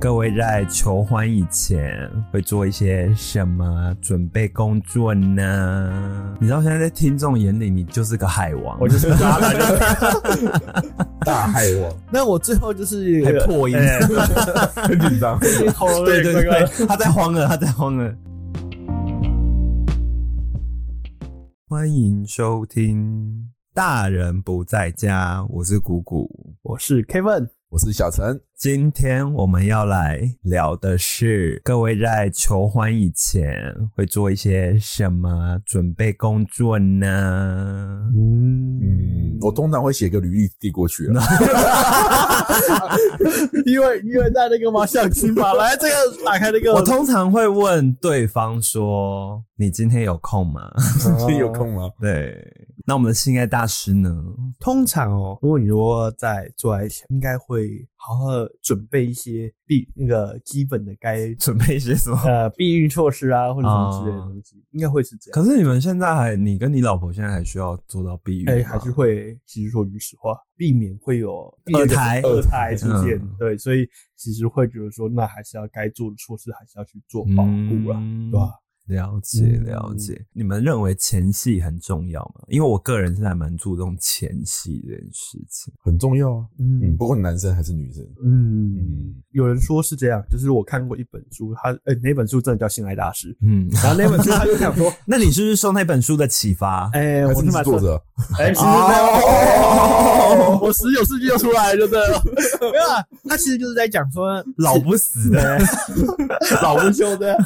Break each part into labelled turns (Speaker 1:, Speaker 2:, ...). Speaker 1: 各位在求婚以前会做一些什么准备工作呢？你知道现在在听众眼里，你就是个海王，
Speaker 2: 我就是渣男，大海王，
Speaker 3: 那我最后就是
Speaker 1: 还破音，
Speaker 2: 哎很紧张，
Speaker 3: 喉咙
Speaker 1: 对对
Speaker 2: 乖乖
Speaker 1: 对，他在慌了，他在慌了。欢迎收听《大人不在家》，我是谷谷。
Speaker 3: 我是 Kevin，
Speaker 2: 我是小陈，
Speaker 1: 今天我们要来聊的是，各位在求婚以前会做一些什么准备工作呢？
Speaker 2: 嗯，我通常会写个履历递过去啊了，
Speaker 3: 因为因为在那个嘛相亲嘛，来这个打开那个
Speaker 1: 我通常会问对方说：“你今天有空吗？
Speaker 2: 今
Speaker 3: 嗯
Speaker 2: 天有空吗？”
Speaker 1: 对，那我们的性爱大师呢？
Speaker 3: 通常哦，如果你如果在做爱前，应该会好好地准备一些避那个基本的该
Speaker 1: 准备一些什么？
Speaker 3: 呃避孕措施啊，或者什么之类的
Speaker 1: 哦
Speaker 3: 东西，应该会是这样。
Speaker 1: 可啊是你们现在还，你跟你老婆现在还需要做到避孕吗？
Speaker 3: 哎，还是会其实说句实话，避免会有
Speaker 1: 二胎
Speaker 3: 二胎出现。
Speaker 1: 嗯
Speaker 3: 对，所以其实会觉得说，那还是要该做的措施还是要去做保护啊，
Speaker 1: 嗯
Speaker 3: 对吧？
Speaker 1: 了解
Speaker 3: 嗯
Speaker 1: 了解，你们认为前戏很重要吗？因为我个人是还蛮注重前戏这件事情。
Speaker 2: 很重要啊，嗯，
Speaker 3: 嗯
Speaker 2: 不管男生还是女生，
Speaker 3: 嗯，
Speaker 2: 嗯，
Speaker 3: 有人说是这样，就是我看过一本书，他呃那本书真的叫《性爱大师》，
Speaker 1: 嗯，
Speaker 3: 然后那本书他就想 说，
Speaker 1: 那你是不是受那本书的启 发？
Speaker 3: 哎，
Speaker 2: 还
Speaker 3: 我
Speaker 2: 是你是作者，哦
Speaker 3: 哎，其实没有，
Speaker 1: 哦
Speaker 3: 我十九世纪就出来了，就对了。没有啊，他其实就是在讲说
Speaker 1: 老不死 的，
Speaker 3: 老不休的，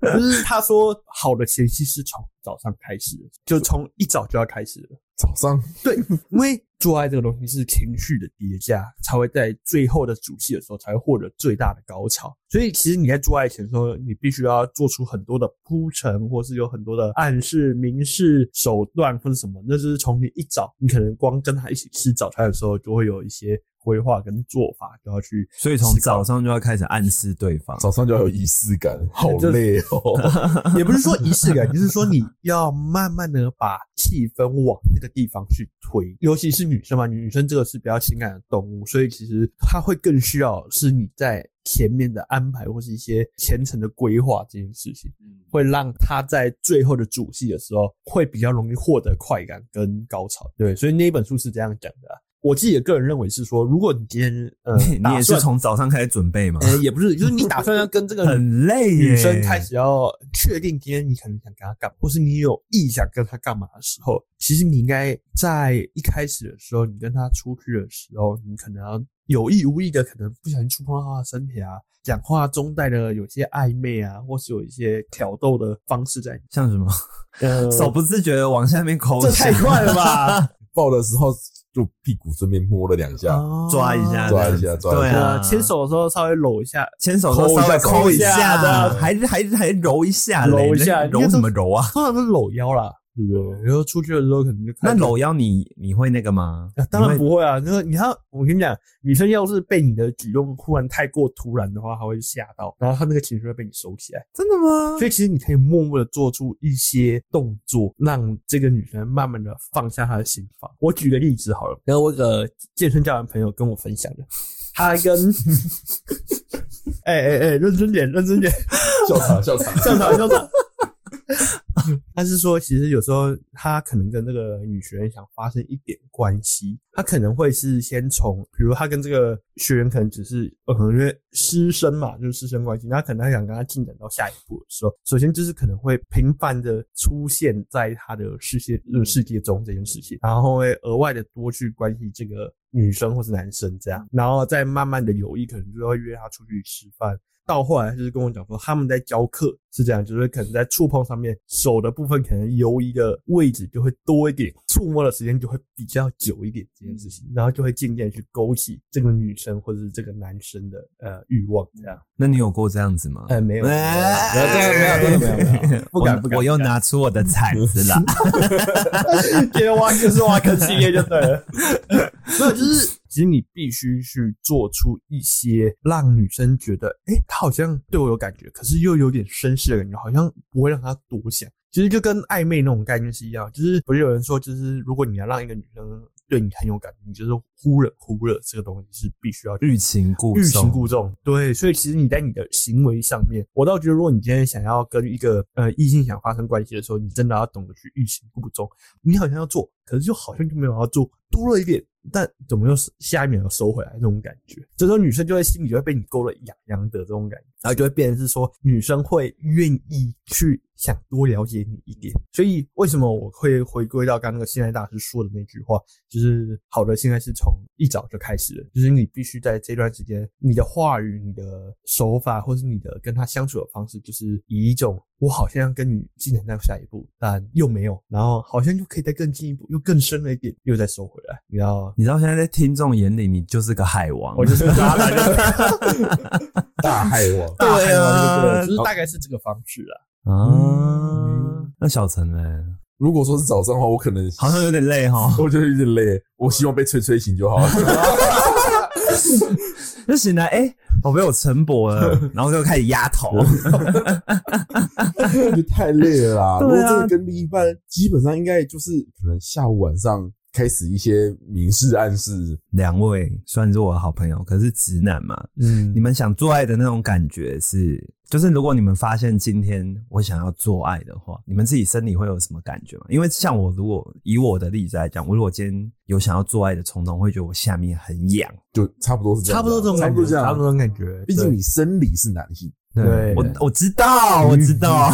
Speaker 3: 就是他说好的前戏是从早上开始的，就从一早就要开始了。
Speaker 2: 早上
Speaker 3: 对，因为做爱这个东西是情绪的叠加，才会在最后的主戏的时候才会获得最大的高潮。所以其实你在做爱前的时候，你必须要做出很多的铺陈，或是有很多的暗示、明示、手段或者什么，那就是从你一早，你可能光跟他一起吃早餐的时候，就会有一些规划跟做法，就要去
Speaker 1: 所以从早上就要开始暗示对方。
Speaker 2: 早上就要有仪式感，好累哦，
Speaker 3: 也不是说仪式感，就是说你要慢慢的把气氛往那个地方去推，尤其是女生嘛，女生这个是比较情感的动物，所以其实她会更需要是你在前面的安排或是一些前程的规划这件事情，
Speaker 1: 嗯
Speaker 3: 会让她在最后的主戏的时候会比较容易获得快感跟高潮，对，所以那一本书是这样讲的啊、我自己的个人认为是说，如果你今天呃，
Speaker 1: 你你
Speaker 3: 打
Speaker 1: 也是
Speaker 3: 算
Speaker 1: 从早上开始准备吗？
Speaker 3: 呃也不是，就是你打算要跟这 个
Speaker 1: 很累耶，
Speaker 3: 女生开始要确定今天你可能想跟她干嘛，或是你有意想跟她干嘛的时候，其实你应该在一开始的时候，你跟她出去的时候，你可能要有意无意的，可能不小心触碰到她的身体啊，讲话中带的有些暧昧啊，或是有一些挑逗的方式在。
Speaker 1: 像什么
Speaker 3: 呃，
Speaker 1: 手不自觉的往下面抠，
Speaker 3: 这太快了 吧！
Speaker 2: 抱的时候就屁股顺便摸了两下，
Speaker 3: 哦
Speaker 1: 抓一下，
Speaker 2: 抓一下抓一下
Speaker 1: 对啊
Speaker 3: 呃，，牵手的时候稍微搂一下，
Speaker 1: 牵手都稍微抠
Speaker 2: 抠
Speaker 1: 一
Speaker 2: 一
Speaker 3: 下
Speaker 1: 下的，
Speaker 3: 对
Speaker 1: 还还还揉一下嘞，
Speaker 3: 揉一下
Speaker 1: 那揉什么揉啊？
Speaker 3: 通常都是搂腰啦，对不对？然后出去的时候可能就开
Speaker 1: 那
Speaker 3: 始
Speaker 1: 搂腰你你会那个吗
Speaker 3: 啊？当然
Speaker 1: 你会，
Speaker 3: 不会啊，那个你要我跟你讲，女生要是被你的举动忽然太过突然的话，她会吓到，然后她那个情绪会被你收起来。
Speaker 1: 真的吗？
Speaker 3: 所以其实你可以默默的做出一些动作，让这个女生慢慢的放下她的心防。我举个例子好了，然后我有个健身教练朋友跟我分享的，他跟， 哎哎哎，认真点，认真点，
Speaker 2: 笑场笑场，
Speaker 3: 校长，校长。他是说，其实有时候他可能跟这个女学员想发生一点关系，他可能会是先从，比如他跟这个学员可能只是，呃，因为师生嘛，就是师生关系，那他可能他想跟他进展到下一步的时候，首先就是可能会频繁的出现在他的世界、呃、世界中这件事情，然后会额外的多去关心这个女生或是男生这样，然后再慢慢的有意可能就会约他出去吃饭，到后来就是跟我讲说，他们在教课是这样，就是可能在触碰上面，手的部分可能游移的位置就会多一点，触摸的时间就会比较久一点这件事情，然后就会渐渐去勾起这个女生或者是这个男生的呃欲望，这样。
Speaker 1: 那你有过这样子吗？
Speaker 3: 哎，没有，没有
Speaker 1: 哎
Speaker 3: 没有，没有，没有，没有， 不敢，不
Speaker 1: 我
Speaker 3: 敢，
Speaker 1: 我又拿出我的铲子 啦。
Speaker 3: 今天挖就是挖坑系列就对了。 没有，就是其实你必须去做出一些让女生觉得，诶，她好像对我有感觉，可是又有点绅士的感觉，好像不会让她多想。其实就跟暧昧那种概念是一样，就是不是有人说，就是如果你要让一个女生对你很有感情，你就是忽冷忽热这个东西是必须要
Speaker 1: 欲擒故
Speaker 3: 欲擒
Speaker 1: 纵，
Speaker 3: 故纵，对，所以其实你在你的行为上面，我倒觉得，如果你今天想要跟一个呃异性想发生关系的时候，你真的要懂得去欲擒故纵。你好像要做，可是就好像就没有要做，多了一点，但怎么又是下一秒又收回来那种感觉？这时候女生就会心里就会被你勾了痒痒的这种感觉，然后就会变成是说，女生会愿意去想多了解你一点。所以为什么我会回归到刚刚那个现代大师说的那句话，就是好的现在是从一早就开始了，就是你必须在这段时间，你的话语、你的手法，或是你的跟他相处的方式，就是以一种我好像要跟你进展到下一步，但又没有，然后好像又可以再更进一步，又更深了一点，又再收回来，你知道吗？
Speaker 1: 你知道现在在听众眼里，你就是个海王，
Speaker 3: 我 就是个渣男，
Speaker 2: 大害我。
Speaker 3: 大
Speaker 1: 对
Speaker 3: 海王就对
Speaker 1: 啊
Speaker 3: 了，就是大概是这个方式啦。
Speaker 1: 啊。
Speaker 3: 嗯
Speaker 1: 那小陈呢？
Speaker 2: 如果说是早上的话，我可能
Speaker 1: 好像有点累哈，
Speaker 2: 我觉得有点累，我希望被吹吹醒就好了。
Speaker 1: 就醒来，哎、我被我陈勃了，然后就开始压头。
Speaker 2: 就太累了啦。如果
Speaker 1: 对啊
Speaker 2: 真的跟另一半，基本上应该就是可能下午晚上开始一些明示暗示，
Speaker 1: 两位虽然是我的好朋友，可是直男嘛，
Speaker 3: 嗯
Speaker 1: 你们想做爱的那种感觉是，就是如果你们发现今天我想要做爱的话，你们自己生理会有什么感觉吗？因为像我，如果以我的例子来讲，我如果今天有想要做爱的冲动，会觉得我下面很痒。
Speaker 2: 就差不多是这样
Speaker 3: 差不
Speaker 2: 吧，
Speaker 3: 多这种
Speaker 2: 差
Speaker 3: 感
Speaker 2: 不多
Speaker 3: 觉，
Speaker 2: 这
Speaker 3: 差
Speaker 2: 样
Speaker 3: 不。多这种感觉。
Speaker 2: 毕竟
Speaker 3: 对
Speaker 2: 你生理是男性，
Speaker 3: 对
Speaker 1: 我我知
Speaker 2: 嗯
Speaker 1: 道，我知 道，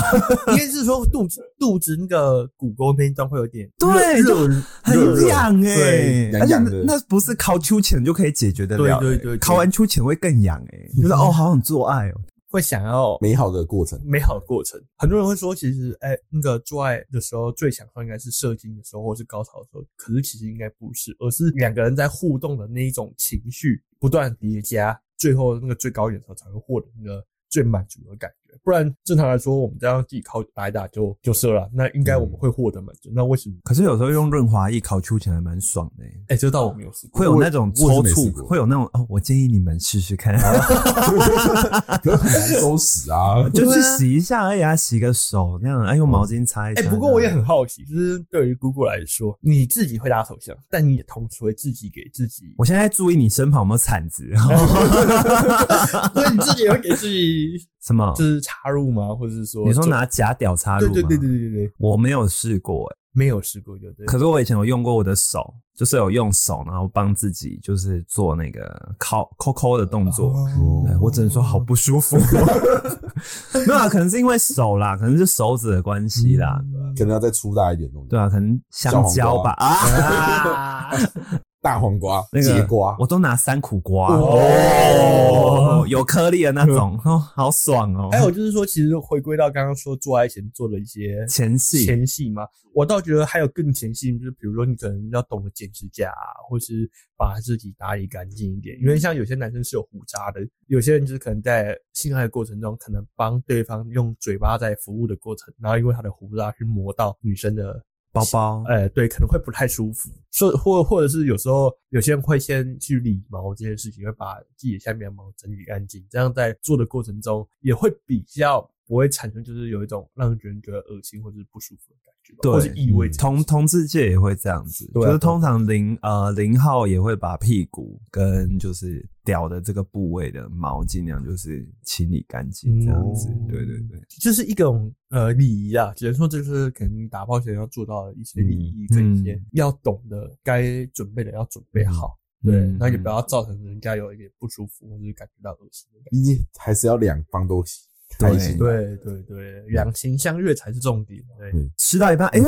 Speaker 3: 应该是说肚子肚子那个骨沟那一段会有点
Speaker 1: 对
Speaker 3: 热热
Speaker 1: 很痒哎、
Speaker 3: 对
Speaker 1: 而且
Speaker 2: 痒痒
Speaker 1: 那
Speaker 2: 的
Speaker 1: 那不是烤秋千就可以解决得了、欸，
Speaker 3: 对对对对
Speaker 1: 烤完秋千会更痒哎、 就是哦，好想做爱哦，
Speaker 3: 会想要
Speaker 2: 美好的过程。
Speaker 3: 美好的过程。很多人会说，其实哎、那个做爱的时候最享受应该是射精的时候，或是高潮的时候。可是其实应该不是，而是两个人在互动的那一种情绪不断叠加，最后那个最高点的时候才会获得那个最满足的感觉。不然正常来说，我们这样自己靠打一打就就射了，那应该我们会获得满足。那为什么？
Speaker 1: 可是有时候用润滑液烤秋千还蛮爽的、欸。
Speaker 3: 哎、这倒我没有试过。
Speaker 1: 会有那种
Speaker 2: 我
Speaker 1: 抽
Speaker 2: 我是没试
Speaker 1: 搐，
Speaker 2: 过
Speaker 1: 会有那种哦。我建议你们试试看，。
Speaker 2: 可是很难收拾啊
Speaker 1: 就去
Speaker 3: 对啊
Speaker 1: 洗一下而已啊，洗个手那样，哎，用毛巾擦一下。
Speaker 3: 哎、不过我也很好奇，就是对于 Google 来说，你自己会打手枪，但你也同时会自己给自 己，
Speaker 1: 我现在在注意你身旁有没有铲子，
Speaker 3: 所以你自己也会给自己
Speaker 1: 什么
Speaker 3: 就？是插入吗？或者是说，
Speaker 1: 啊你说拿假屌插入
Speaker 3: 对
Speaker 1: 吗？
Speaker 3: 对对对对对，
Speaker 1: 我没有试过、欸，
Speaker 3: 没有试过，就对。
Speaker 1: 可是我以前有用过我的手，就是有用手，然后帮自己就是做那个抠抠抠的动作。
Speaker 3: 哦
Speaker 1: 哎我只能说好不舒 服，没有啊，可能是因为手啦，可能是手指的关系啦，
Speaker 3: 嗯
Speaker 2: 可能要再粗大一点东西
Speaker 1: 对，啊，可能香蕉吧啊，
Speaker 2: 大黄瓜、
Speaker 1: 那个
Speaker 2: 节瓜，
Speaker 1: 我都拿三苦瓜
Speaker 3: 哦嗯
Speaker 1: 哦，有颗粒的那种哦，好爽哦。
Speaker 3: 还有就是说，其实回归到刚刚说做爱前做的一些
Speaker 1: 前戏，
Speaker 3: 前戏嘛，我倒觉得还有更前戏，就是比如说你可能要懂得剪指甲、啊，或是把自己打理干净一点，因为像有些男生是有胡渣的，有些人就是可能在性爱的过程中，可能帮对方用嘴巴在服务的过程，然后因为他的胡渣去磨到女生的。
Speaker 1: 包包
Speaker 3: 呃，对，可能会不太舒服，所以或或者是有时候有些人会先去理毛这件事情，会把自己下面的毛整理干净，这样在做的过程中也会比较不会产生就是有一种让人觉得恶心或者是不舒服的感觉吧，
Speaker 1: 对
Speaker 3: 或是异味
Speaker 2: 嗯
Speaker 3: 这样
Speaker 1: 同
Speaker 3: 子。
Speaker 1: 同志界也会这样子，
Speaker 3: 对啊
Speaker 1: 就是通常零呃零号也会把屁股跟就是屌的这个部位的毛尽量就是清理干净这样子
Speaker 3: 嗯，
Speaker 1: 对对对，
Speaker 3: 就是一种呃礼仪啊，只能说这就是可能打炮前要做到的一些礼仪
Speaker 1: 嗯
Speaker 3: 跟一些
Speaker 1: 嗯
Speaker 3: 要懂得该准备的要准备好，对
Speaker 1: 嗯，
Speaker 3: 那、也不要造成人家有一点不舒服或者是感觉到恶心的感觉。
Speaker 2: 毕竟还是要两方都开心。
Speaker 3: 对对对，两情相悦才是重点。对，
Speaker 2: 嗯
Speaker 1: 吃到一半，哎呦，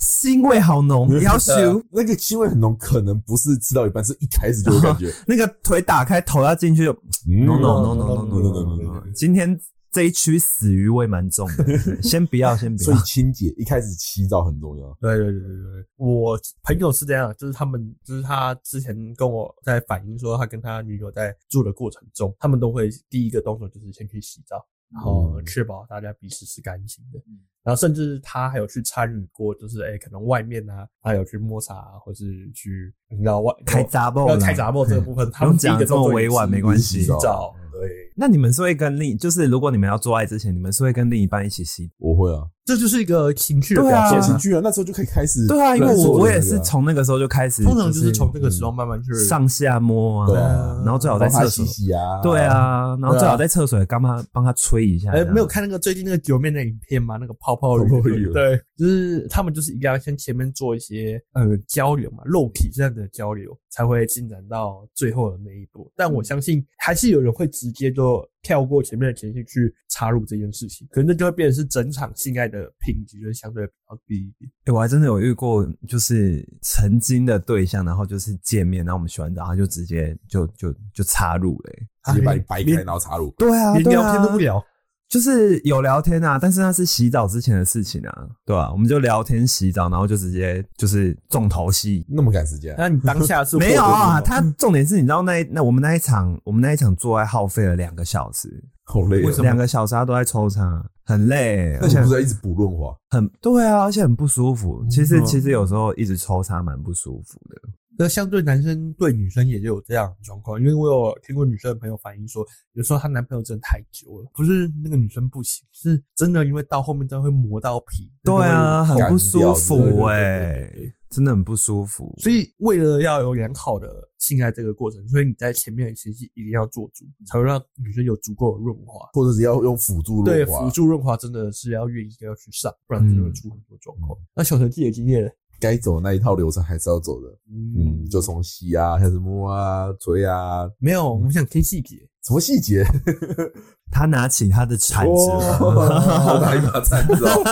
Speaker 1: 腥味好 浓，
Speaker 3: 啊
Speaker 1: 要羞。
Speaker 2: 那个腥味很浓，可能不是吃到一半，是一开始就有感觉。
Speaker 1: 那个腿打开，头要进去就 no no no no no no no no no, no。今天这一区死鱼味蛮重的，先不要，先不
Speaker 2: 所以
Speaker 1: 要。
Speaker 2: 清洁一开始洗澡很重要。
Speaker 3: 对对对对对，我朋友是这样，就是他们，就是他之前跟我在反映说，他跟他女友在做的过程中，他们都会第一个动作就是先去洗澡，然后
Speaker 1: 嗯
Speaker 3: 确保大家彼此是干净的。然后甚至他还有去参与过，就是哎、可能外面啊，他有去摸擦、啊，或是去你知道外
Speaker 1: 开闸爆
Speaker 3: 要
Speaker 1: 了，
Speaker 3: 开闸爆这个部 分，他们
Speaker 1: 用
Speaker 3: 第一
Speaker 1: 讲
Speaker 3: 个
Speaker 1: 得这么
Speaker 3: 动作也
Speaker 1: 委
Speaker 3: 是
Speaker 1: 婉没关系哦
Speaker 3: 洗。澡，对。
Speaker 1: 那你们是会跟另，就是如果你们要做爱之前，你们是会跟另一半一起洗
Speaker 2: 我会啊，
Speaker 3: 这就是一个情绪的
Speaker 1: 对
Speaker 3: 表
Speaker 1: 啊
Speaker 2: 写
Speaker 3: 现
Speaker 2: 情
Speaker 3: 啊。
Speaker 2: 绪啊，那时候就可以开始
Speaker 1: 对啊，因为
Speaker 2: 乱做
Speaker 1: 我我
Speaker 2: 了
Speaker 1: 也
Speaker 2: 那个
Speaker 1: 是
Speaker 2: 啊
Speaker 1: 从那个时候就开始，
Speaker 3: 通常就是从那个时候慢慢去
Speaker 1: 上下摸啊，
Speaker 2: 对
Speaker 3: 啊
Speaker 1: 然后最好在
Speaker 2: 帮他
Speaker 1: 厕所
Speaker 2: 洗，洗啊，
Speaker 1: 对，啊，然后最好在厕所也帮他帮他吹一下。
Speaker 3: 哎、
Speaker 1: 这样
Speaker 3: 没有看那个最近那个九面的影片吗？那个泡泡
Speaker 2: 泡泡
Speaker 3: 鱼，
Speaker 2: 鱼
Speaker 3: 对，就是他们就是一定要先前面做一些呃交流嘛，肉体上的交流，才会进展到最后的那一步。但我相信还是有人会直接就跳过前面的前戏去插入这件事情，可能这就会变成是整场性爱的品质就相对比较低一点。
Speaker 1: 哎我还真的有遇过，就是曾经的对象，然后就是见面，然后我们洗完澡，他就直接就就就插入了、欸
Speaker 2: 直接把你
Speaker 3: 啊
Speaker 2: 掰开
Speaker 3: 连
Speaker 2: 然后插入，
Speaker 1: 对啊，
Speaker 3: 连
Speaker 1: 对
Speaker 3: 聊
Speaker 1: 啊
Speaker 3: 天都不聊，
Speaker 1: 就是有聊天啊，但是那是洗澡之前的事情啊，对啊，我们就聊天洗澡，然后就直接就是重头戏。
Speaker 2: 那么赶时间啊，
Speaker 1: 哎
Speaker 3: 那你当下 是
Speaker 1: 没有啊，
Speaker 3: 获得什么
Speaker 1: 他重点是你知道那一那我们那一场我们那一场做爱耗费了两个小时，
Speaker 2: 好累哦，
Speaker 3: 为什么
Speaker 1: 两个小时他都在抽插，很累、
Speaker 2: 那
Speaker 1: 而
Speaker 2: 你
Speaker 1: 且
Speaker 2: 不是在一直补润滑？
Speaker 1: 很对啊，而且很不舒服。其实、
Speaker 3: 嗯
Speaker 1: 其实有时候一直抽插蛮不舒服的。
Speaker 3: 那相对男生对女生也有这样的状况，因为我有听过女生的朋友反映说，有时候她男朋友真的太久了，不是那个女生不行，是真的因为到后面真的会磨到皮。
Speaker 1: 对啊，
Speaker 3: 真
Speaker 1: 很
Speaker 3: 的会
Speaker 1: 不舒
Speaker 2: 干
Speaker 1: 服
Speaker 2: 掉
Speaker 1: 哎、
Speaker 3: 对对对对对
Speaker 1: 真的很不舒服。
Speaker 3: 所以为了要有良好的性爱这个过程，所以你在前面的前期一定要做足，才会让女生有足够的润滑。
Speaker 2: 或者是要用辅助
Speaker 3: 对，
Speaker 2: 润滑嗯
Speaker 3: 辅？助润滑真的是要愿意要去上，不然真的会出很多状况。那小陈自己的经验呢，
Speaker 2: 该走那一套流程还是要走的，嗯，就从吸啊开始摸啊、吹啊，
Speaker 3: 没有，我们想听细节。
Speaker 2: 什么细节？
Speaker 1: 他拿起他的铲子，
Speaker 2: 哇好大一把铲 子哦！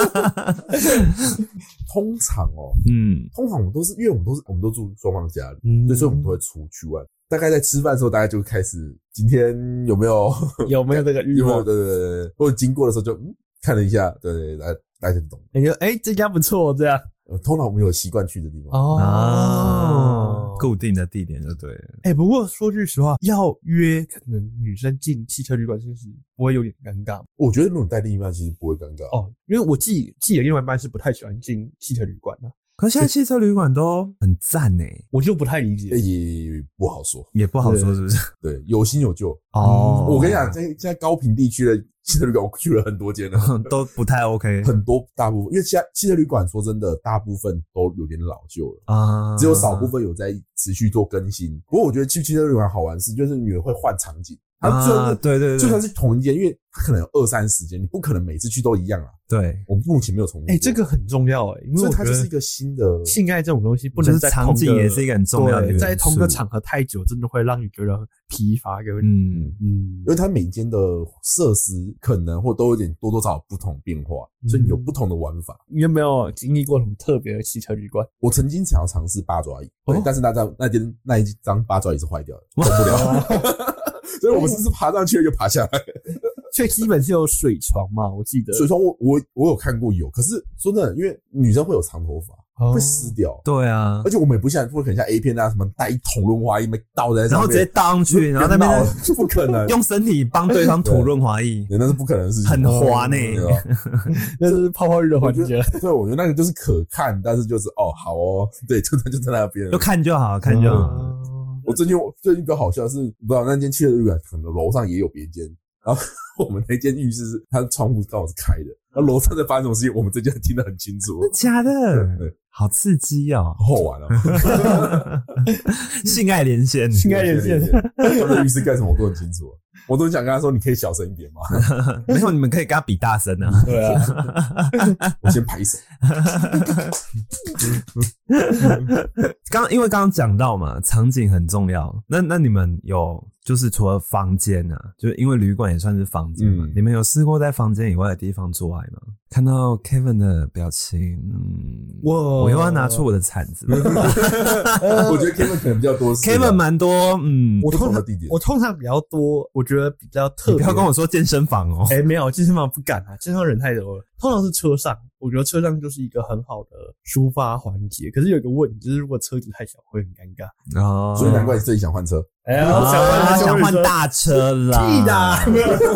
Speaker 2: 通常哦，
Speaker 1: 嗯，
Speaker 2: 通常我们都是因为我们都是我们都住双方家里，
Speaker 3: 嗯
Speaker 2: 对，所以 我们都会出去玩。大概在吃饭的时候，大家就开始今天有没有
Speaker 3: 有没有这个欲
Speaker 2: 有没有
Speaker 3: 望？
Speaker 2: 对对对对，或者经过的时候就嗯看了一下，对对，对大家大家就懂了。
Speaker 3: 你觉得哎，这家不错，这样
Speaker 2: 呃通常我们有习惯去的地方，
Speaker 3: 哦
Speaker 1: 啊，固定的地点就对了。
Speaker 3: 哎、不过说句实话，要约可能女生进汽车旅馆，是不是不会有点尴尬
Speaker 2: 我觉得如果你带另一半，其实不会尴尬。
Speaker 3: 哦？因为我自己自己的另外一半是不太喜欢进汽车旅馆的、
Speaker 1: 可现在汽车旅馆都很赞呢、
Speaker 3: 我就不太理解。
Speaker 2: 也不好说，
Speaker 1: 也不好说是不是？
Speaker 2: 对，有心有就。
Speaker 1: 哦，
Speaker 2: 嗯我跟你讲，在现在高平地区的汽车旅馆，我去了很多间了，
Speaker 3: 嗯
Speaker 1: 都不太 OK
Speaker 2: 很多大部分，因为现在汽车旅馆说真的，大部分都有点老旧了。
Speaker 3: 嗯
Speaker 1: 啊，
Speaker 2: 只有少部分有在持续做更新。不过我觉得去汽车旅馆好玩是，就是你会换场景，它虽然
Speaker 1: 啊，
Speaker 2: 是
Speaker 1: 对对对，
Speaker 2: 就算是同一间，因为它可能有二三十间，你不可能每次去都一样啊。
Speaker 1: 对，
Speaker 2: 我们目前没有重复。
Speaker 3: 哎、这个，很重要哎、因为
Speaker 2: 所以
Speaker 3: 我
Speaker 2: 它
Speaker 3: 觉
Speaker 2: 就是一
Speaker 3: 得
Speaker 2: 个新的
Speaker 3: 性爱这种东西不
Speaker 1: 就
Speaker 3: 能
Speaker 1: 是
Speaker 3: 在
Speaker 1: 场
Speaker 3: 同
Speaker 1: 景也是一个很重要的
Speaker 3: 对
Speaker 1: 元
Speaker 3: 在同个
Speaker 1: 素
Speaker 3: 场合太久，真的会让你觉得疲乏跟
Speaker 1: 嗯，
Speaker 3: 嗯
Speaker 2: 因为它每间的设施可能或都有点多多少少不同变化，所以你有不同的玩法。
Speaker 3: 你有没有经历过什么特别的汽车旅馆？
Speaker 2: 我曾经想要尝试八爪椅，对
Speaker 3: 哦
Speaker 2: 但是那张那间那一张八爪椅是坏掉的， 动不 了。所以我们是不是爬上去又爬下来。
Speaker 3: 所以基本是有水床嘛，我记得
Speaker 2: 所以说我我我有看过有，可是说真的，因为女生会有长头发，
Speaker 3: 会
Speaker 2: 会湿掉。
Speaker 1: 对啊
Speaker 2: 而，且我们也不像，不可能像 A 片啊什么带一桶润滑液没倒在
Speaker 1: 然后
Speaker 2: 上
Speaker 1: 直接
Speaker 2: 面，
Speaker 1: 倒上去，然后在那边
Speaker 2: 边不可 能，
Speaker 1: 用身体帮对方涂润滑液，
Speaker 2: 对那是不可能的事情，哦
Speaker 1: 很滑呢
Speaker 2: 对吧
Speaker 3: 那是泡泡浴的
Speaker 2: 我
Speaker 3: 环
Speaker 2: 觉
Speaker 3: 节。
Speaker 2: 得，对，我觉得那个就是可看，但是就是哦，好哦，对，就在就在那边
Speaker 1: 就。看就好，看就好。
Speaker 3: 嗯
Speaker 2: 我最近我最近比较好笑的是，不知道那间汽车旅馆可能楼上也有别间，然后 我们那间浴室是它的窗户刚好是开的，那楼上在发生什么事情，我们这间听得很清楚，
Speaker 1: 真的假的？
Speaker 2: 对，
Speaker 1: 好刺激哦！
Speaker 2: 好好玩哦。
Speaker 1: 性爱连线，
Speaker 3: 性爱连线
Speaker 2: 他们律师干什么我都很清楚，哦我都很想跟他说，你可以小声一点吗？
Speaker 1: 没有你们可以跟他比大声啊！
Speaker 3: 对啊，
Speaker 2: 我先拍手。
Speaker 1: 刚因为刚刚讲到嘛，场景很重要。那那你们有就是除了房间啊，就是因为旅馆也算是房间嘛，
Speaker 2: 嗯
Speaker 1: 你们有试过在房间以外的地方做爱吗？看到 Kevin 的表情，嗯，
Speaker 3: 我
Speaker 1: 我又要拿出我的铲子了。
Speaker 2: 我 觉得 Kevin 可能比较多事啊
Speaker 1: Kevin 蛮多，嗯，
Speaker 3: 呃我
Speaker 2: 不
Speaker 3: 通
Speaker 2: 同的
Speaker 3: 常
Speaker 2: 地点
Speaker 3: 我通常比较多，我觉得比较特
Speaker 1: 你
Speaker 3: 别。
Speaker 1: 不要跟我说健身房哦。
Speaker 3: 哎、没有健身房不敢啊，健身房人太多了。通常是车上，我觉得车上就是一个很好的抒发环节。可是有一个问题，就是如果车子太小会很尴尬。
Speaker 1: 哦
Speaker 2: 所以难怪你最近想换车。
Speaker 3: 哎、
Speaker 1: 啊想换
Speaker 3: 大
Speaker 1: 大车啦，
Speaker 3: 屁啦！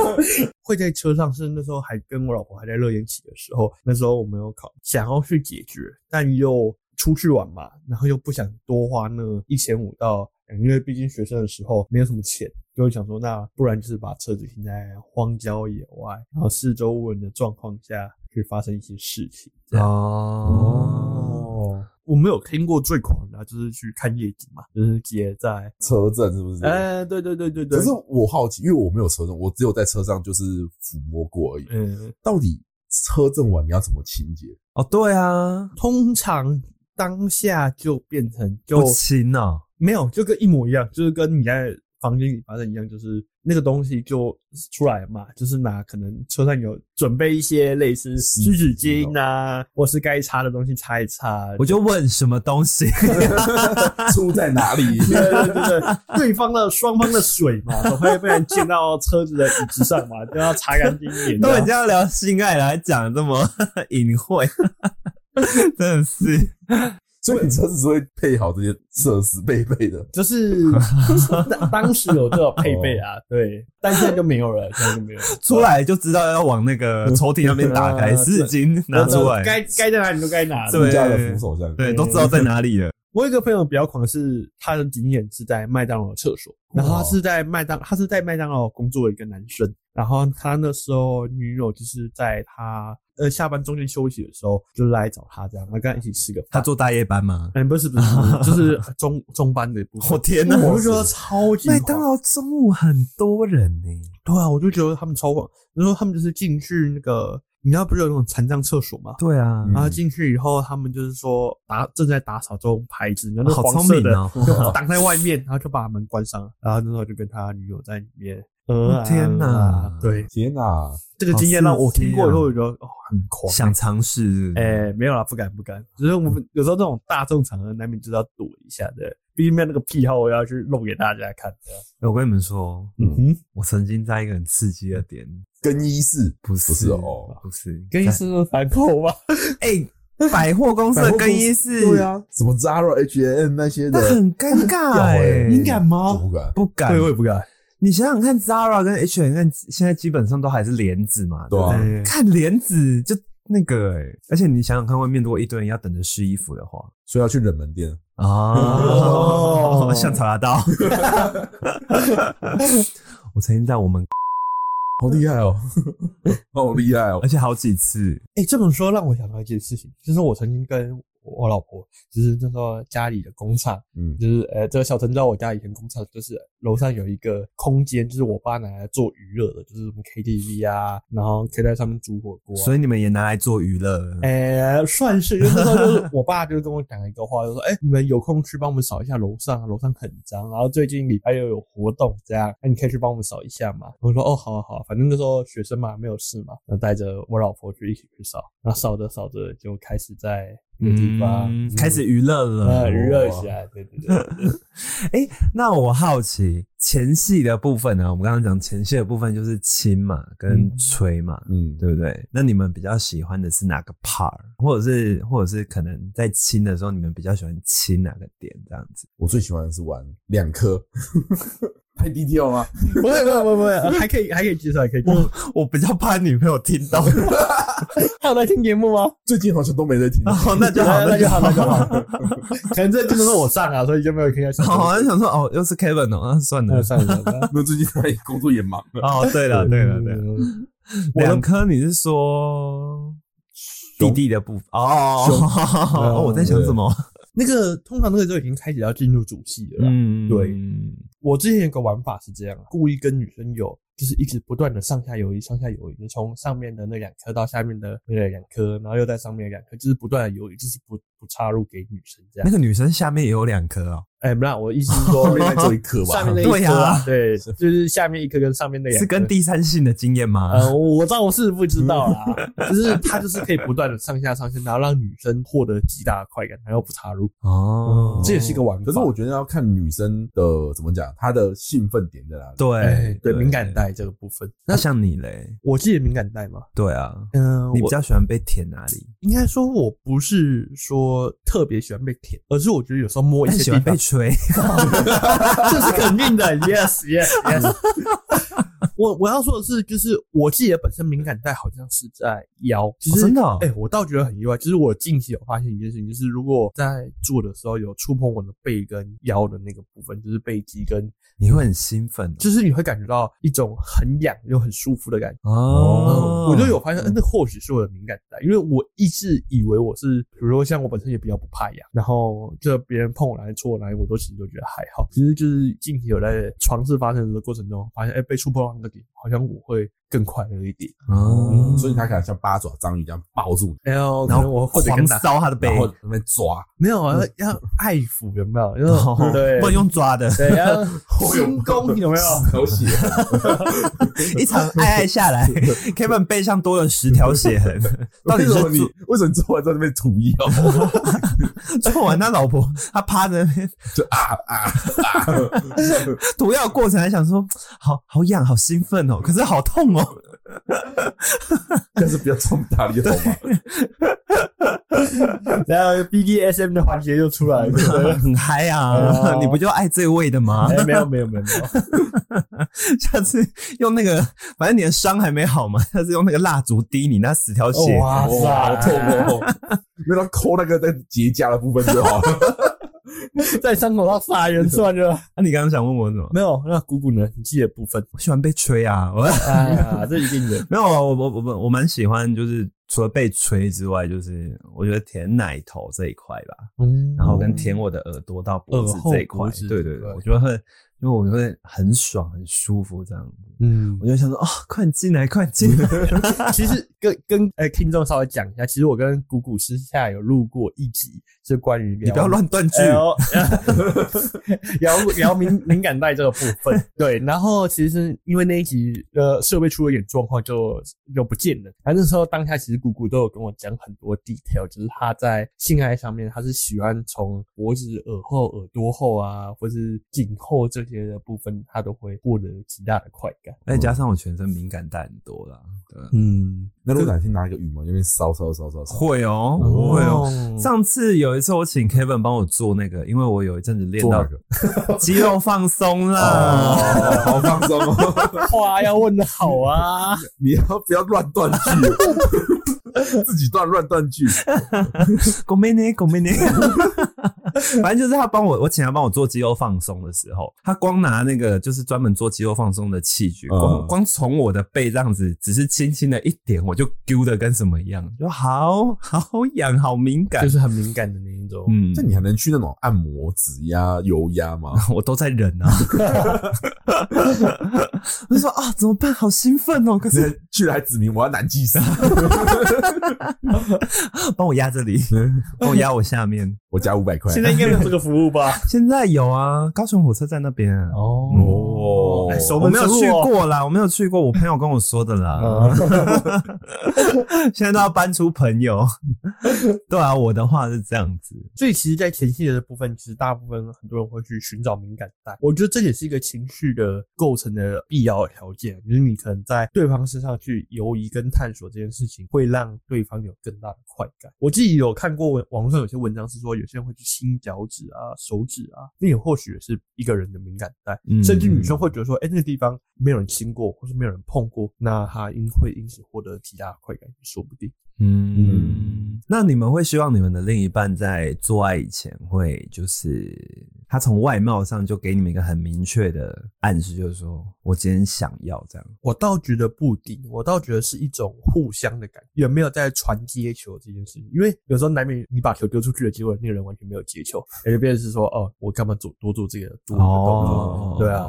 Speaker 3: 会在车上是那时候还跟我老婆还在热恋期的时候，那时候我们有考想要去解决，但又出去玩嘛，然后又不想多花那一千五到，因为毕竟学生的时候没有什么钱，就会想说那不然就是把车子停在荒郊野外，然后四周无人的状况下去发生一些事情。这样
Speaker 1: 哦，
Speaker 2: 哦，
Speaker 3: 我没有听过最狂的啊、就是去看夜景嘛，就是也在，
Speaker 2: 车震是不是？
Speaker 3: 哎、对对对对对，
Speaker 2: 可是我好奇，因为我没有车震，我只有在车上就是抚摸过而已。
Speaker 3: 嗯，
Speaker 2: 到底车震完你要怎么清洁？
Speaker 1: 哦，对啊，
Speaker 3: 通常当下就变成就
Speaker 1: 不亲哦，
Speaker 3: 没有，就跟一模一样，就是跟你在房间里发生一样，就是那个东西就出来嘛，就是拿可能车上有准备一些类似
Speaker 2: 湿
Speaker 3: 湿纸
Speaker 2: 纸
Speaker 3: 巾啊，或是该擦的东西擦一擦。
Speaker 1: 我就问什么东西，
Speaker 2: 出在哪里？
Speaker 3: 对对对对，对方的双方的水嘛，总会被人溅到车子的椅子上嘛，都要擦干净一点。
Speaker 1: 都已经要聊性爱了，还讲这么 隐晦，真的是
Speaker 2: 所以你车子是会配好这些设施配备的。
Speaker 3: 就是当当时有这种配备啊，对，但现在就没有了，现在就没有了。
Speaker 1: 出来就知道要往那个抽屉那边打开，
Speaker 3: 嗯
Speaker 1: 湿巾拿出来，
Speaker 3: 该该在哪里都该拿。
Speaker 1: 对
Speaker 2: 你家的扶手箱，
Speaker 1: 对，都知道在哪里了。
Speaker 3: 我有一个朋友比较狂是，他的经验是在麦当劳的厕所，然后他是在麦当，他是在麦当劳工作的一个男生，然后他那时候女友就是在他呃下班中间休息的时候就来找他，这样，他跟他一起吃个
Speaker 1: 他
Speaker 3: 饭。
Speaker 1: 做大夜班吗？
Speaker 3: 嗯，不是不是，不是就是中中班的部分。
Speaker 1: 我天哪！
Speaker 3: 我就觉得超级
Speaker 1: 麦
Speaker 3: 狂
Speaker 1: 当劳中午很多人呢、
Speaker 3: 对啊，我就觉得他们超狂。然后他们就是进去那个，你知道不是有那种残障厕所吗？
Speaker 1: 对啊，
Speaker 2: 嗯
Speaker 3: 然后进去以后，他们就是说打正在打扫中牌子，然后那
Speaker 1: 好
Speaker 3: 个黄
Speaker 1: 聪
Speaker 3: 色
Speaker 1: 明
Speaker 3: 的
Speaker 1: 哦！
Speaker 3: 就 挡在外面，然后就把门关上了。然后那时候就跟他女友在里 面。呃
Speaker 1: 哦天哪
Speaker 3: 对，
Speaker 2: 天哪、
Speaker 3: 这个经验让我听过以后，我觉得哦
Speaker 1: 嗯
Speaker 3: 很狂。
Speaker 1: 想尝试，
Speaker 3: 哎、没有啦，不敢不敢。只是我们
Speaker 1: 嗯
Speaker 3: 有时候这种大众场合，难免就是要躲一下的。毕竟没有那个癖好，我要去弄给大家看的。
Speaker 1: 我跟你们说，
Speaker 3: 嗯哼，
Speaker 1: 我曾经在一个很刺激的点，
Speaker 2: 更衣室
Speaker 1: 不是
Speaker 2: 不是哦，
Speaker 1: 不是
Speaker 3: 跟医生反扣吧。
Speaker 1: 哎、百货公司的更衣室，
Speaker 2: 对，啊，什么 Zara、H&M 那些
Speaker 1: 那
Speaker 2: 的，
Speaker 1: 很尴尬
Speaker 2: 屌
Speaker 1: 哎、
Speaker 2: 欸
Speaker 3: 你敢吗
Speaker 2: 我不敢。
Speaker 1: 不敢
Speaker 3: 对，？我也不敢。
Speaker 1: 你想想看，Zara 跟 H&M 现在基本上都还是帘子嘛，
Speaker 2: 对啊
Speaker 1: 不
Speaker 3: 哎
Speaker 1: 看帘子就那个哎、而且你想想看，外面如果一堆人要等着试衣服的话，
Speaker 2: 所以要去冷门店，
Speaker 1: 哦
Speaker 3: 哦，
Speaker 1: 像查拉刀。我曾经在我们，
Speaker 2: 好厉害哦， 好厉害哦
Speaker 1: 而！且好几次，
Speaker 3: 哎、这么说让我想到一件事情，就是我曾经跟我老婆，就是那时候家里的工厂，
Speaker 2: 嗯，
Speaker 3: 就是呃，这个小陈知道我家以前工厂就是楼上有一个空间，就是我爸拿来做娱乐的，就是什么 KTV 啊，然后可以在上面煮火锅、啊。
Speaker 1: 所以你们也拿来做娱乐了。
Speaker 3: 呃，算是，因为那时候就是我爸就跟我讲一个话，就说：“哎、你们有空去帮我们扫一下楼上，啊楼上很脏，然后最近礼拜又有活动，这样，那、你可以去帮我们扫一下嘛。”我说：“哦，好啊好啊，反正那时候学生嘛，没有事嘛，那带着我老婆去一起去扫，然后扫着扫着就开始在那个地方、
Speaker 1: 嗯，开始娱乐了
Speaker 3: 呃。娱乐起来，对对对对，
Speaker 1: 哎、那我好奇前戏的部分啊呢？我们刚刚讲前戏的部分就是亲嘛，跟
Speaker 3: 嗯
Speaker 1: 吹嘛，
Speaker 2: 嗯，
Speaker 1: 对不对？那你们比较喜欢的是哪个 part，或者是或者是可能在亲的时候，你们比较喜欢亲哪个点？这样子
Speaker 2: 我最喜欢的是玩两颗，太低调吗？
Speaker 3: 不会不会不会不会，还嗯可以还可以接受，还可以接受。
Speaker 1: 我比较怕女朋友听 到。
Speaker 3: 还有在听节目吗？
Speaker 2: 最近好像都没在听。
Speaker 1: 哦，那就好，。
Speaker 3: 那就好，那就好 可能这真的是我上啊，所以就没有听到小陈。
Speaker 1: 好，我还想说哦，又是 Kevin 哦，那算
Speaker 3: 那
Speaker 1: 了。
Speaker 3: 算了，那
Speaker 2: 那最近他也工作也忙了，
Speaker 1: 哦，对
Speaker 3: 啊
Speaker 1: 了，对了，对了，
Speaker 3: 嗯我的
Speaker 1: 两颗你是说弟弟的部分哦？
Speaker 3: 胸啊
Speaker 1: 哦，我在想什么？
Speaker 3: 那个通常那个就已经开始要进入主戏了啦。
Speaker 1: 嗯，
Speaker 3: 对啊我之前有个玩法是这样啊，故意跟女生有就是一直不断的上下游移，上下游移，就从上面的那两颗到下面的那两颗，然后又在上面的两颗，就是不断的游移，就是不不插入给女生这样
Speaker 1: 那。个女生下面也有两颗哦，
Speaker 3: 哎，不然我 意思是说
Speaker 2: 后面再做一颗 吧。
Speaker 3: 上面那一
Speaker 1: 对
Speaker 3: 颗
Speaker 1: 呀
Speaker 3: 啊，对，就是下面一颗跟上面那两颗
Speaker 1: 是跟第三性的经验吗？
Speaker 3: 啊呃，我知道我是不知道啦，就是它就是可以不断的上下上下，然后让女生获得极大的快感，然后不插入，
Speaker 1: 哦，
Speaker 3: 这也是一个玩法。
Speaker 2: 可是我觉得要看女生的怎么讲，她的兴奋点在哪里。
Speaker 3: 哎
Speaker 1: 对
Speaker 3: 对敏感。带这个部分，
Speaker 1: 那像你嘞？
Speaker 3: 我记得敏感带嘛，
Speaker 1: 对啊，
Speaker 3: 嗯，
Speaker 1: 你比
Speaker 3: 我
Speaker 1: 较喜欢被舔哪里？
Speaker 3: 应该说我不是说特别喜欢被舔，而是我觉得有时候摸一
Speaker 1: 但喜
Speaker 3: 些
Speaker 1: 欢
Speaker 3: 地
Speaker 1: 被
Speaker 3: 方，哦
Speaker 1: 吹。
Speaker 3: 这是肯定的，yes yes yes。 我我要说的是，就是我自己的本身敏感带好像是在腰，就是、
Speaker 1: 真的哦
Speaker 3: 哎、我倒觉得很意外，就是我近期有发现一件事情，就是如果在做的时候有触碰我的背跟腰的那个部分，就是背肌跟，
Speaker 1: 你会很兴奋哦
Speaker 3: 就是你会感觉到一种很痒又很舒服的感觉。
Speaker 1: 哦
Speaker 3: 嗯，我就有发现，嗯，那或许是我的敏感带，因为我一直以为我是，比如说像我本身也比较不怕痒，然后就别人碰我来、戳我来，我都其实都觉得还好。其实就是近期有在床事发生的过程中，发现哎、被触碰到那个点，好像我会更快乐一点。
Speaker 1: 哦
Speaker 2: 哦，所以他可能像八爪章鱼这样抱住你，
Speaker 3: 哎呦，可
Speaker 1: 然
Speaker 3: 能
Speaker 1: 后
Speaker 3: 我或者
Speaker 1: 狂
Speaker 3: 跟他
Speaker 1: 搔他的背
Speaker 2: 然，后在那边抓，
Speaker 3: 没有啊，要要爱抚有 没有？因为
Speaker 1: 哦
Speaker 3: 对
Speaker 1: 不能用抓的，
Speaker 3: 对，要
Speaker 2: 有
Speaker 3: 轻功 有没有？
Speaker 2: 流血，
Speaker 1: 一场 爱爱下来，Kevin 背上多了十条血痕，到底
Speaker 2: 为什么
Speaker 1: 是
Speaker 2: 你为什么你做完在那边吐药？
Speaker 1: 做做完他老婆，他趴在那边
Speaker 2: 就啊啊啊！
Speaker 1: 涂药过程还想说，好好痒，好兴奋哦，可是好痛哦，
Speaker 2: 但是不要这么大力好吗？
Speaker 3: 然后 BDSM 的环节又出来了。对不对
Speaker 1: 很嗨啊！
Speaker 3: 哦
Speaker 1: 你不就爱这味的吗？
Speaker 3: 哎，没有没有没有没有，
Speaker 1: 下次用那个，反正你的伤还没好嘛，下次用那个蜡烛滴你那十条血。
Speaker 3: 哇塞，
Speaker 2: 哇，好痛哦！让他抠那个在结痂的部分就好了。
Speaker 3: 在伤口上撒盐算了。
Speaker 1: 那、你刚刚想问我什么？
Speaker 3: 没有，那鼓鼓呢？你自己的部分。
Speaker 1: 我喜欢被吹啊，我
Speaker 3: 哎呀，这一定的。
Speaker 1: 没有，啊我我我我我蛮喜欢，就是除了被吹之外，就是我觉得舔奶头这一块吧，
Speaker 3: 嗯
Speaker 1: 然后跟舔我的耳朵到脖子这一
Speaker 3: 耳后脖
Speaker 1: 块
Speaker 3: 子，
Speaker 1: 对对
Speaker 3: 这一
Speaker 1: 对，
Speaker 3: 块
Speaker 1: 我觉得会，因为我会很爽很舒服这样子，
Speaker 3: 嗯
Speaker 1: 我，就想说哦，快点进来，快点进来，
Speaker 3: 其实跟跟呃听众稍微讲一下，其实我跟鼓鼓私下有录过一集，是关于
Speaker 1: 你不要乱断句。
Speaker 3: 哎呦 聊聊敏敏感带这个部分，对。然后其实因为那一集呃设备出了点状况就，就不见了。然后那时候当下其实姑姑都有跟我讲很多 detail，就是她在性爱上面，她是喜欢从脖子、耳后、耳朵后啊，或是颈后这些的部分，她都会获得极大的快感。
Speaker 1: 再加上我全身敏感带很多啦，对啊，
Speaker 3: 嗯，
Speaker 2: 那如果哪天拿一个羽毛，那边烧烧 烧烧烧，
Speaker 1: 会哦，
Speaker 2: 哦
Speaker 1: 会 哦。上次有一次我请 Kevin 帮我做那个，因为我有一阵子练
Speaker 2: 做那
Speaker 1: 到
Speaker 2: 个，
Speaker 1: 肌肉放松啦。
Speaker 2: 哦，好放松哦！
Speaker 3: 话要问的好啊，
Speaker 2: 你要不要乱断句？ 自己断乱断句，
Speaker 1: 嗯狗妹呢？狗妹呢？反正就是他帮我，我请他帮我做肌肉放松的时候，他光拿那个就是专门做肌肉放松的器具，光
Speaker 2: 嗯
Speaker 1: 光从我的背这样子，只是轻轻的一点，我就丢的跟什么一样，就好好痒，好敏感
Speaker 3: 就。是很敏感的那一种。
Speaker 1: 嗯
Speaker 2: 那，你还能去那种按摩、指压、油压吗？
Speaker 1: 我都在忍啊。我就说啊，怎么办？好兴奋哦！可
Speaker 2: 你 还
Speaker 1: 是
Speaker 2: 去了还指明我要男祭司，
Speaker 1: 帮我压这里，帮我压我下面。
Speaker 2: 我加五百块。
Speaker 3: 现在应该没有这个服务吧？
Speaker 1: 现在有啊，高雄火车站那边。啊
Speaker 2: 哦
Speaker 3: 哎熟
Speaker 1: 我
Speaker 3: 门
Speaker 1: 没有
Speaker 3: 熟路
Speaker 1: 去
Speaker 3: 哦嗯
Speaker 1: 过啦，我没有去过，我朋友跟我说的啦。 现在都要搬出朋 友，对啊，我的话是这样子，
Speaker 3: 所以其实，在前戏的部分，其实大部分很多人会去寻找敏感带。我觉得这也是一个情绪的构成的必要条件，就是你可能在对方身上去游移跟探索这件事情，会让对方有更大的快感。我自己有看过文网络上有些文章是说，有些人会去亲脚趾啊、手指啊，那也或许也是一个人的敏感带。
Speaker 1: 嗯
Speaker 3: 甚至女生会觉得说，哎、那个地方没有人亲过，或是没有人碰过，那她因会因此获得极大的快感，说不定。
Speaker 1: 嗯，那你们会希望你们的另一半在做爱以前会就是他从外貌上就给你们一个很明确的暗示，就是说我今天想要这样，
Speaker 3: 我倒觉得不一定，我倒觉得是一种互相的感觉，有没有在传接球这件事情？因为有时候难免你把球丢出去了，结果那个人完全没有接球，也就变成是说，哦，我干嘛做多做这个多一个动作？对啊，，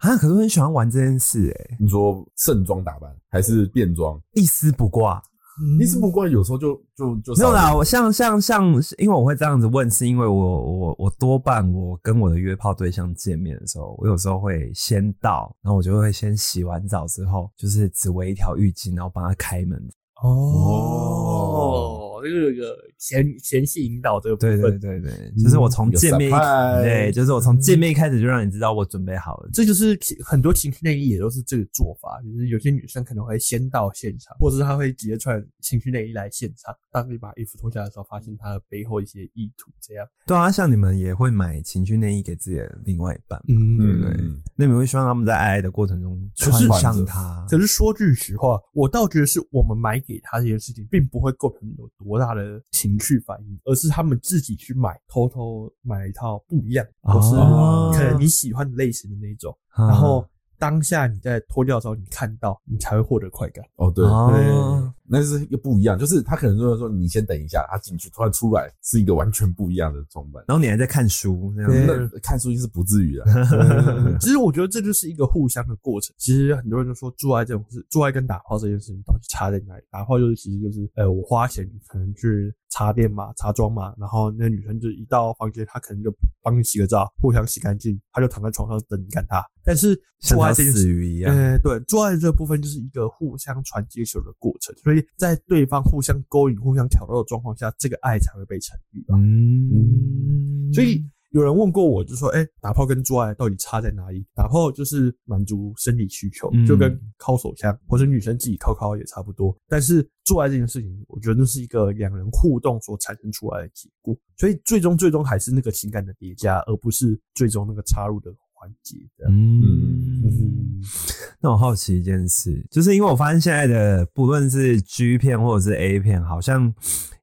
Speaker 1: 啊，可是我很喜欢玩这件事、欸，
Speaker 2: 你说盛装打扮还是变装？
Speaker 1: 一丝不挂。
Speaker 2: 你是不过有时候就就就
Speaker 1: 没有啦，
Speaker 2: 少了
Speaker 1: 我像像像，因为我会这样子问，是因为我我我多半我跟我的约炮对象见面的时候，我有时候会先到，然后我就会先洗完澡之后，就是只围一条浴巾，然后帮他开门。
Speaker 3: 嗯哦
Speaker 2: 哦，
Speaker 3: 这个有一个嫌嫌弃引导这个部
Speaker 1: 对
Speaker 3: 分。
Speaker 1: 对对对，就是我从见面一
Speaker 2: 有 surprise
Speaker 1: 对，就是我从见面一开始就让你知道我准备好了。
Speaker 3: 这就是其很多情趣内衣也都是这个做法，就是有些女生可能会先到现场，或者是她会直接穿情趣内衣来现场。当你把衣服脱下来的时候，发现她的背后一些意图，这样。
Speaker 1: 对啊，像你们也会买情趣内衣给自己的另外一半，
Speaker 3: 嗯
Speaker 1: 对不对？那你们会希望他们在爱爱的过程中
Speaker 3: 可
Speaker 1: 穿
Speaker 3: 是
Speaker 1: 上它？
Speaker 3: 可是说句实话，我倒觉得是我们买给他这件事情，并不会构成有多大的情绪反应，而是他们自己去买，偷偷买一套不一样，或
Speaker 1: 哦嗯
Speaker 3: 是可能你喜欢的类型的那一种，
Speaker 1: 然
Speaker 3: 然后当下你在脱掉的时候，你看到，你才会获得快感。
Speaker 2: 哦，对，
Speaker 1: 哦，
Speaker 2: 那是又不一样，就是他可能就是说你先等一下，他进去突然出来是一个完全不一样的装扮。
Speaker 1: 然后你还在看书这样
Speaker 3: 对
Speaker 1: 子，
Speaker 2: 那看书是不至于的，
Speaker 3: 其实我觉得这就是一个互相的过程。其实很多人都说做爱这种事，做爱跟打炮这件事情到底差在哪里？打炮就是其实就是呃，我花钱可能去茶店嘛、茶庄嘛，然后那女生就一到房间，她可能就帮你洗个澡，互相洗干净，她就躺在床上等你干她。但是
Speaker 1: 像
Speaker 3: 做爱
Speaker 1: 条
Speaker 3: 这件事
Speaker 1: 死鱼一样。
Speaker 3: 呃，对，做爱这部分就是一个互相传接球的过程，所以在对方互相勾引、互相挑逗的状况下，这个爱才会被成立吧。
Speaker 1: 嗯，
Speaker 3: 所以有人问过我，就说：“哎、打炮跟做爱到底差在哪里？打炮就是满足生理需求，
Speaker 1: 嗯
Speaker 3: 就跟靠手枪或者女生自己靠靠也差不多。但是做爱这件事情，我觉得那是一个两人互动所产生出来的结果，所以最终最终还是那个情感的叠加，而不是最终那个插入的环节。这样
Speaker 1: 嗯，那我好奇一件事，就是因为我发现现在的不论是 G 片或者是 A 片，好像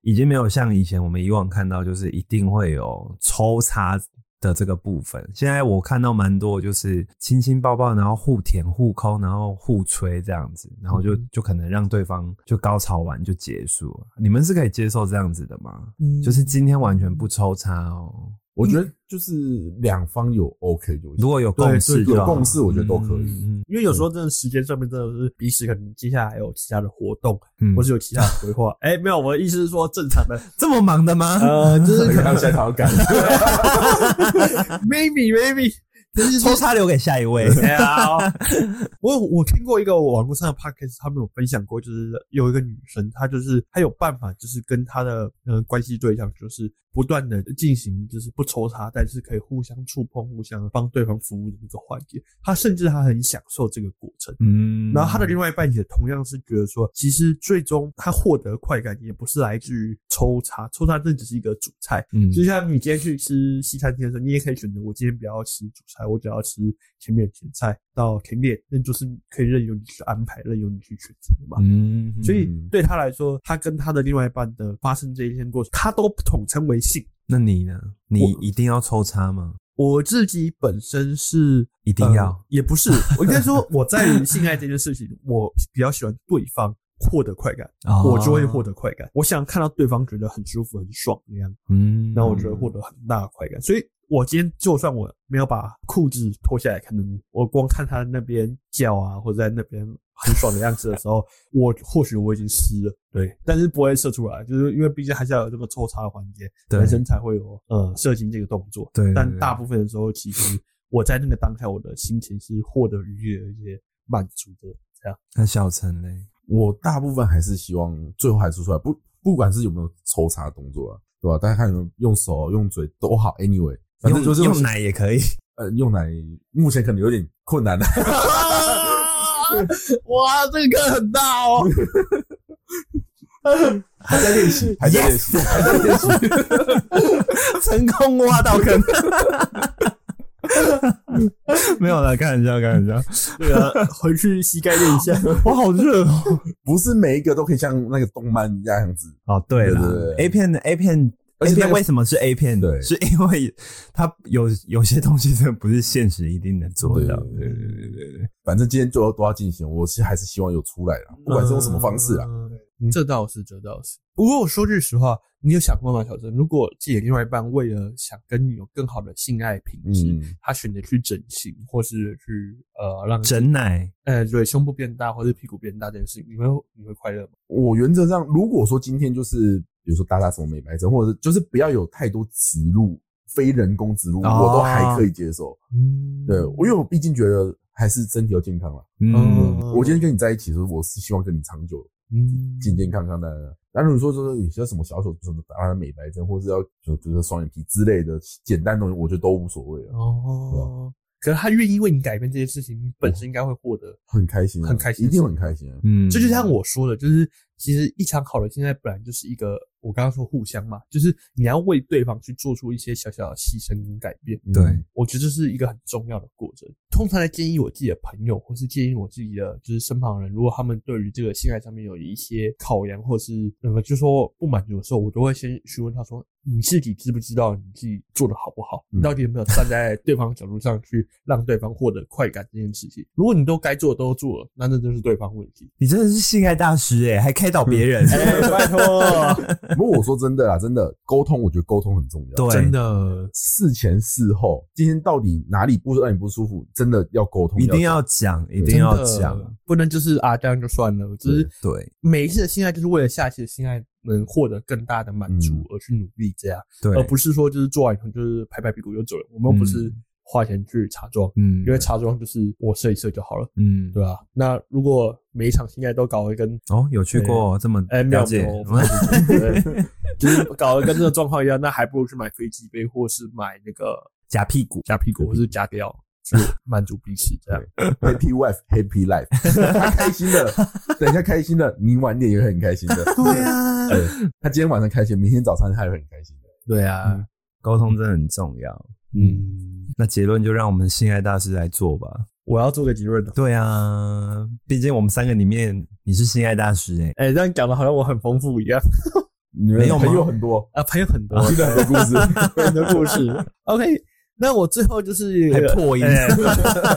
Speaker 1: 已经没有像以前我们以往看到，就是一定会有抽插的这个部分。现在我看到蛮多，就是亲亲抱抱，然后互舔互抠，然后互吹这样子，然后就
Speaker 3: 嗯
Speaker 1: 就可能让对方就高潮完就结束了。你们是可以接受这样子的吗？
Speaker 3: 嗯
Speaker 1: 就是今天完全不抽插哦，
Speaker 2: 我觉得就是两方有 OK 就行
Speaker 1: 如果有
Speaker 3: 对
Speaker 1: 共识
Speaker 2: 对
Speaker 1: 就好，
Speaker 2: 有共识我觉得都可以
Speaker 1: 嗯
Speaker 3: 因为有时候真的时间上面真的是彼此可能接下来还有其他的活动，
Speaker 1: 嗯
Speaker 3: 或是有其他的规划。哎、没有，我的意思是说正 常的，
Speaker 1: 这么忙的吗？
Speaker 3: 呃，就是 可能
Speaker 2: 看现场感，
Speaker 3: maybe maybe，就是
Speaker 1: 抽插留给下一位。
Speaker 3: 对啊， 我我听过一个网络上的 podcast，他们有分享过，就是有一个女生，她就是她有办法，就是跟她的呃关系对象，就是不断的进行，就是不抽插，但是可以互相触碰、互相帮对方服务的那个环节。她甚至她很享受这个过程。
Speaker 1: 嗯
Speaker 3: 然后她的另外一半也同样是觉得说，其实最终她获得快感也不是来自于抽插，抽插这只是一个主菜，
Speaker 1: 嗯
Speaker 3: 就像你今天去吃西餐厅的时候，你也可以选择我今天不要吃主菜，我只要吃前面的前菜到甜点，那就是可以任由你去安排，任由你去选择的嘛。
Speaker 1: 嗯
Speaker 3: 所以
Speaker 2: 嗯
Speaker 3: 对他来说，他跟他的另外一半的发生这一天过程，他都统称为性。
Speaker 1: 那你呢？你
Speaker 3: 我
Speaker 1: 一定要抽插吗？
Speaker 3: 我自己本身是
Speaker 1: 一定要
Speaker 3: 呃也不是，我应该说我在于性爱这件事情，我比较喜欢对方获得快感，
Speaker 1: 哦
Speaker 3: 我就会获得快感。我想看到对方觉得很舒服、很爽那样。
Speaker 1: 嗯，
Speaker 3: 那我觉得获得很大的快感。所以我今天就算我没有把裤子脱下来，可能我光看他那边叫啊，或者在那边很爽的样子的时候，我或许我已经湿了，对，但是不会射出来，就是因为毕竟还是要有这个抽插的环节，
Speaker 1: 对
Speaker 3: 男生才会有呃射精这个动作。
Speaker 1: 对对
Speaker 3: 但
Speaker 1: 对
Speaker 3: 大部分的时候，其实我在那个当下，我的心情是获得愉悦而且满足的。这样，
Speaker 1: 那小陈嘞，
Speaker 2: 我大部分还是希望最后还是出来，不不管是有没有抽插动作啊，对吧？大家看有没有用手用嘴都好，anyway，反正就是
Speaker 1: 用奶也可以。
Speaker 2: 呃用奶，目前可能有点困难啊的，
Speaker 3: 哇，这个很大 哦！
Speaker 2: 还在练习，还在练习，还在练习。
Speaker 1: 成功挖到坑。 没有啦，开玩笑，开玩笑。
Speaker 3: 那个啊回去膝盖练一下。
Speaker 1: 我好热哦。
Speaker 2: 不是每一个都可以像那个动漫那样子，
Speaker 1: 哦，对了
Speaker 2: 对对对
Speaker 1: ，A 片的 A 片。
Speaker 2: 而
Speaker 1: A
Speaker 2: 且那
Speaker 1: 片
Speaker 2: 个
Speaker 1: 为什么是 A 片？
Speaker 2: 对
Speaker 1: 是因为它有有些东西真的不是现实一定能做到的。
Speaker 2: 对对对对对，反正今天就要都要进行，我其实还是希望有出来
Speaker 1: 嗯
Speaker 2: 啦，不管是用什么方式啦，啊
Speaker 3: 嗯这倒是，这倒是。不过我说句实话，你有想过吗，小郑？如果自己的另外一半为了想跟你有更好的性爱品质，
Speaker 2: 嗯，
Speaker 3: 他选择去整形，或是去呃让
Speaker 1: 整奶，
Speaker 3: 呃对胸部变大，或是屁股变大这件事情，你会你会快乐吗？
Speaker 2: 我原则上，如果说今天就是比如说打打什么美白针，或者是就是不要有太多植入，非人工植入，
Speaker 1: 哦
Speaker 2: 我都还可以接受。
Speaker 3: 嗯
Speaker 2: 对，我因为我毕竟觉得还是身体要健康啦。
Speaker 1: 嗯
Speaker 3: 嗯
Speaker 2: 我今天跟你在一起的时候，我是希望跟你长久
Speaker 3: 嗯，
Speaker 2: 健健康康的。但如果说说有些什么小手什么打上美白针，或是要就比如说双眼皮之类的简单东西，我觉得都无所谓啊，
Speaker 3: 哦，可是他愿意为你改变这些事情，你本身应该会获得。
Speaker 2: 很开心啊、
Speaker 3: 很开心
Speaker 2: 一定很开心啊。
Speaker 1: 嗯，
Speaker 3: 这就像我说的，就是其实一场好的现在本来就是一个我刚刚说互相嘛，就是你要为对方去做出一些小小的牺牲跟改变。
Speaker 2: 嗯
Speaker 1: 对
Speaker 3: 我觉得这是一个很重要的过程。通常在建议我自己的朋友，或是建议我自己的就是身旁人，如果他们对于这个性爱上面有一些考量，或是呃，就说不满足的时候，我都会先询问他说：“你自己知不知道你自己做的好不好？
Speaker 2: 嗯
Speaker 3: 你到底有没有站在对方角度上去让对方获得快感这件事情？如果你都该做的都做了，那那就是对方问题。
Speaker 1: 你真的是性爱大师哎、还开导别人，
Speaker 3: 嗯哎拜托，
Speaker 2: 不过我说真的啦，真的沟通，我觉得沟通很重要。
Speaker 1: 对，
Speaker 3: 真的，
Speaker 2: 事前事后，今天到底哪里不让你不舒服，真的要沟通，
Speaker 1: 一定
Speaker 2: 要
Speaker 1: 要讲，一定要
Speaker 3: 嗯真的
Speaker 1: 讲，
Speaker 3: 不能就是啊这样就算了，就是
Speaker 1: 对
Speaker 3: 每一次的性爱就是为了下一次的性爱能获得更大的满足
Speaker 2: 嗯
Speaker 3: 而去努力这样，
Speaker 1: 对，
Speaker 3: 哦而不是说就是做完以后就是拍拍屁股就走了。我们又不是花钱去茶庄，
Speaker 1: 嗯
Speaker 3: 因为茶庄就是我射一射就好了，
Speaker 1: 嗯
Speaker 3: 对吧？那如果每一场性爱都搞得跟
Speaker 1: 哦，有去过这么
Speaker 3: 哎没有
Speaker 1: 了
Speaker 3: 没
Speaker 1: 解
Speaker 3: 有，我不太清楚对就是搞得跟这个状况一样，那还不如去买飞机杯或是买那个
Speaker 1: 夹屁股，
Speaker 3: 夹屁股或是夹掉去满足彼此这样。
Speaker 2: happy wife happy life，他开心了，等一下开心了，你晚点也会很开心的。
Speaker 1: 对啊，
Speaker 2: 对，他今天晚上开心，明天早上他也会很开心的。
Speaker 3: 对啊，
Speaker 1: 沟通真的很重要。
Speaker 3: 嗯，
Speaker 1: 那结论就让我们性爱大师来做吧。
Speaker 3: 我要做个结论了。
Speaker 1: 对啊，毕竟我们三个里面你是性爱大师哎、
Speaker 3: 哎、这样讲的好像我很丰富一样
Speaker 2: 你们
Speaker 1: 没有吗
Speaker 2: 朋友很多，
Speaker 3: 啊，朋友很多，
Speaker 2: 听了很多故 事，
Speaker 3: 很多故事。OK，那我最后就是
Speaker 1: 还破音
Speaker 3: 哎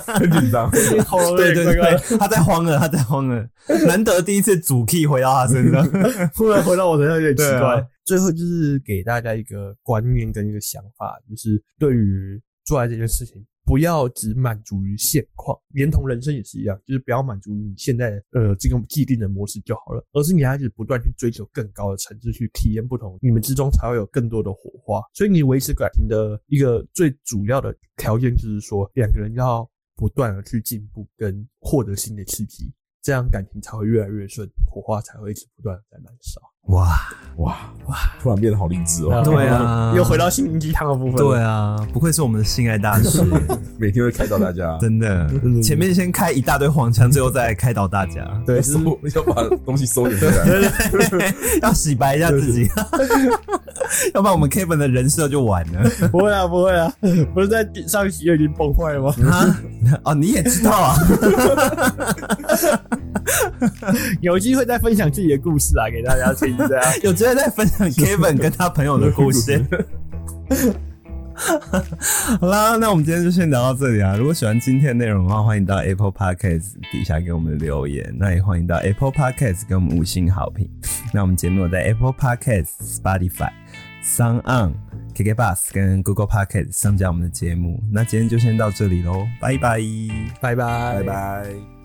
Speaker 2: 很紧张。
Speaker 3: 喉咙 有
Speaker 1: 对
Speaker 3: 点
Speaker 1: 对
Speaker 3: 怪怪的
Speaker 1: 对，他在慌了，他在慌了，难得第一次主 key 回到他身 上。
Speaker 3: 突然回到我身上有点奇
Speaker 1: 对
Speaker 3: 怪。
Speaker 1: 啊
Speaker 3: 最后就是给大家一个观念跟一个想法，就是对于做爱这件事情，不要只满足于现况，连同人生也是一样，就是不要满足于你现在呃这个既定的模式就好了，而是你要一直不断去追求更高的层次，去体验不同，你们之中才会有更多的火花。所以你维持感情的一个最主要的条件就是说，两个人要不断的去进步跟获得新的刺激。这样感情才会越来越顺，火花才会一直不断的在燃烧。
Speaker 1: 哇，
Speaker 2: 哇哇，突然变得好励志
Speaker 3: 啊
Speaker 2: 哦。
Speaker 1: 对啊，
Speaker 3: 又回到心灵鸡汤的部分。
Speaker 1: 对，啊，不愧是我们的性爱大师，
Speaker 2: 每天会开导大家，
Speaker 1: 真的
Speaker 3: 对对对。
Speaker 1: 前面先开一大堆黄腔，最后再开导大 家，
Speaker 3: 对，就是
Speaker 2: 收 要把东西收敛 起来。
Speaker 1: 要洗白一下自己， 要不然我们 Kevin 的人设就完 了。
Speaker 3: 不会啊，不会啊，不是在上一集就已经崩坏了吗？
Speaker 1: 啊， 哦，你也知道啊？
Speaker 3: 有机会再分享自己的故事啊，给大家听一下。
Speaker 1: 有直接在分享 Kevin 跟他朋友的故事。好啦，那我们今天就先聊到这里啊。如果喜欢今天的内容的话，欢迎到 Apple Podcast 底下给我们留言，那也欢迎到 Apple Podcast 给我们五星好评。 那我们节目有在 Apple Podcast、Spotify、Sound On、KK Bus 跟 Google Podcast 上架我们的节目。那今天就先到这里喽，拜拜。
Speaker 3: 拜拜，
Speaker 2: 拜拜。